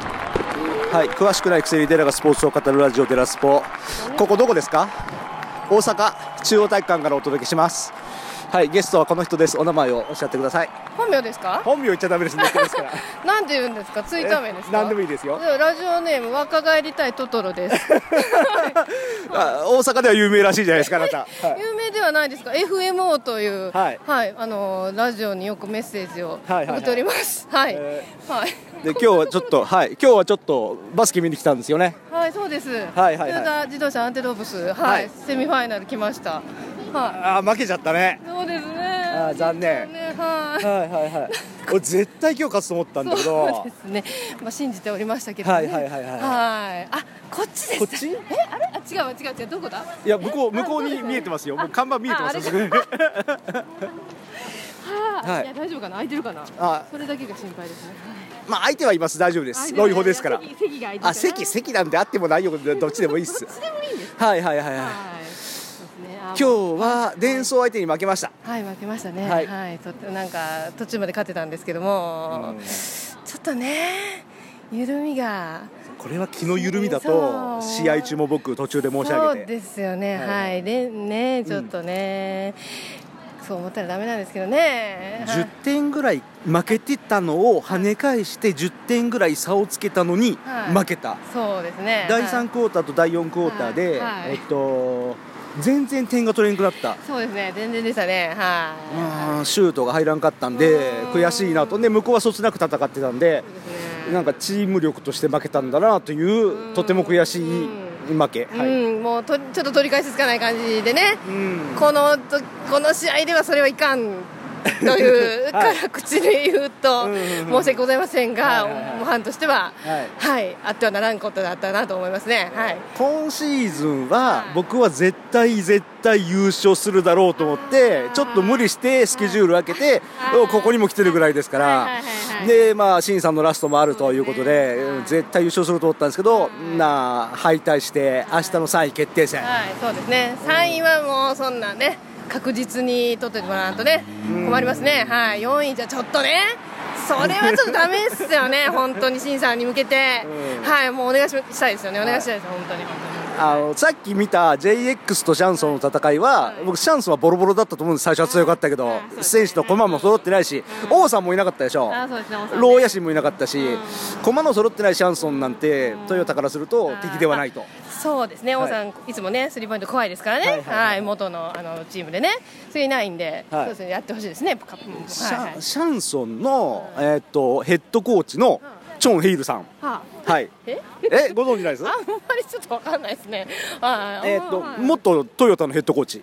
はい、詳しくないくせにデラがスポーツを語るラジオデラスポここどこですか大阪中央体育館からお届けしますはいゲストはこの人ですお名前をおっしゃってください本名ですか？本名言っちゃダメです ねこれですからなんて言うんですか？ツイッター名ですか？何でもいいですよ ではラジオネーム若返りたいトト ロです。あ大阪では有名らしいじゃないですかあなた、はい有名ではないですか？FMO というはいあのラジオによくメッセージをはいはいはい送っております。はいえはいで今日はちょっとはい今日はちょっとバスケ見に来たんですよねはいそうです。はいはいトヨタ自動車アンテロープスははいいセミファイナル来ました。はあー負けちゃったねいそうですね。あー残念ねはい。はいはいはい俺絶対今日勝つと思ったんだけど そうですね。まあ信じておりましたけどね。はいはいはいはいはいあこっちです。こっちえあれあ違うわ違う違うどこだ？いや向こう向こうに見えてますよもう看板見えてますよはい、はいいや大丈夫かな空いてるか なあそれだけが心配ですねまあ相手はいます大丈夫ではすいロイホですから席席が空いてるからあ席席なんであってもないよどっちでもいいっすどっちでもいいんですはいはいはいはい はいそうですねあも今う日は伝送相手に負けましたはい負けましたねははいい、とってなんか途中まで勝ってたんですけども、うんちょっとね緩みがこれは気の緩みだそとう試合中も僕途中で申し上そうげてですよねははいい、でねちょっとね、そう思ったらダメなんですけどねはい10点ぐらい負けてたのを跳ね返して10点ぐらい差をつけたのにはい負けた、そうですね第はい3クォーターと第4クォーターで、はいはいえっと、全然点が取れんくなったそうですね全然でしたねはい、うんシュートが入らんかったんでうん悔しいなとで向こうはそつなく戦ってたんでそうですねなんかチーム力として負けたんだなといううんとても悔しい負け、はいうん、もうとちょっと取り返しつかない感じでね、うんこのとこの試合ではそれはいかんとい うはい辛口で言うとうんうんうん申し訳ございませんが、はいはいはい模範としては、ははいいあってはならんことだったなと思いますね。はい今シーズンははい僕は絶対絶対優勝するだろうと思ってあーちょっと無理してスケジュール開けてあーおここにも来てるぐらいですから、はいはいはいはいでまあ新さんのラストもあるということでそうですねうん絶対優勝すると思ったんですけど、はいなあ敗退して明はい日の3位決定戦、はい、そうですね。3位はもうそんなね、確実に取ってもらわんとね、困りますね。はい、4位じゃちょっとね、それはちょっとダメです よね。本当に新さんに向けて、うんはい、もうお願いししたいですよね。お願いしたいです、本当に本あのさっき見た JX とシャンソンの戦いは、はい僕シャンソンはボロボロだったと思うんです最初は強かったけど、はいそうですね選手と駒も揃ってないし、王さんもいなかったでしょ当に。あ、そうですね。牢屋氏もいなかったし、うん駒の揃ってないシャンソンなんて、んトヨタからすると敵ではないと、そうですね、はい王さん、いつもね、スリーポイント怖いですからね、ははいいはいはい元のあのチームでね、それいないんで、はいそうですね、やってほしいですね、カップもシャンはいはいシャンソンの、えーっとヘッドコーチのチョン・ヘイルさん、はあはい、え えご存知ないですあんまりちょっとわかんないですね、はいえーっとはい元トヨタのヘッドコーチ、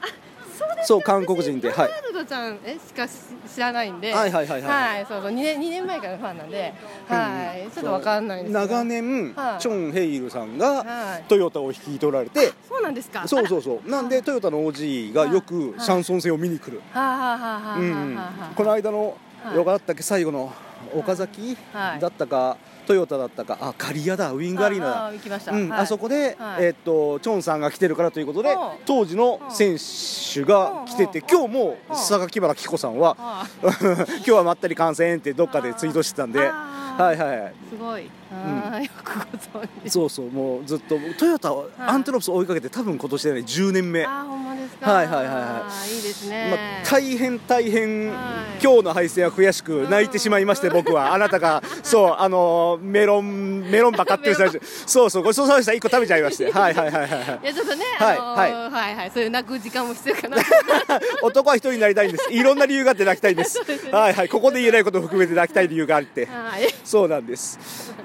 そうですそう韓国人で私はいハールドちゃんえしかし知らないんで、はいはいはいはいそうそう、2年二年前からのファンなんで、はい、ちょっとわかんないですけど長年、はいチョン・ヘイルさんが、はいトヨタを引き取られて、そうなんですか、そうそうそうなんでトヨタの OG がよくシャンソン戦を見に来る、あら、はあ、はあはあはあうんうんはあ、この間のはいよかったっけ最後の岡崎はいだったかトヨタだったかあカリアだウィングアリーあナあ行きましだた、うんはいあそこで、はいえっとチョンさんが来てるからということでうん当時の選手が来ててうん今日もうん榊原希子さんはああ 今日はまったり観戦ってどっかでツイートしてたんであーはいはいはいすごい、ああよくご存知そうそうもうずっとトヨタをアンテロプスを追いかけて多分今年でね10年目あーほんまですか。はいはいはいはいい。いいですね。まあ、大変大変、はい今日の敗戦は悔しく泣いてしまいまして、僕はあなたがそうあのメロンメロンバ買ってる最初そうそうごちそうさまでした1個食べちゃいましてはいはいはいはいはいいやちょっとね、はいあのーははいい、はいはいそういう泣く時間も必 要かな。男は一人になりたいんですいろんな理由があって泣きたいんですはいはいここで言えないことを含めて泣きたい理由があってはい。そうなんです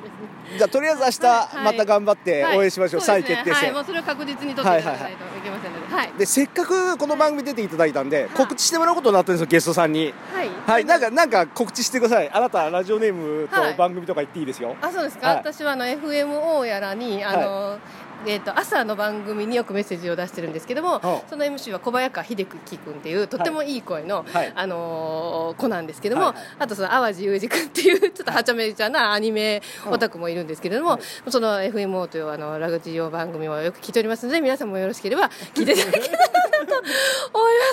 じゃあとりあえず明日また頑張って応援しましょう、は3い位決定そうですねはい、戦、もうそれを確実に取っていただかないといけませんので、はい。でせっかくこの番組出ていただいたんで告知してもらうことになったんですよゲストさんにはい。はい、なんか、なんか告知してください。あなたラジオネームはとい番組とか言っていいですよ。あそうですか。はい私はあの FMO やらにあのー。えー、と朝の番組によくメッセージを出してるんですけども、はあその MC は小早川秀樹君っていうとってもいい声の、はいあのー子なんですけども、はいはいあとその淡路裕二君っていう ちょっとはちゃめちゃなアニメオタクもいるんですけれども、その FMO というあのラグジオ番組をよく聞いておりますので皆さんもよろしければ聞いていただけたらなと思いま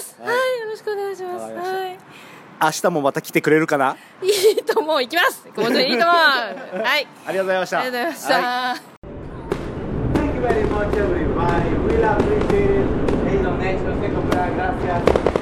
す。ははいい、よろしくお願いしまわかす。りましたはい明日もまた来てくれるかないいとも行きます今週 いいともはいありがとうございましたありがとうございまはした、Thank you very much, everybody. We appreciate it. Es donation, se comprar, gracias.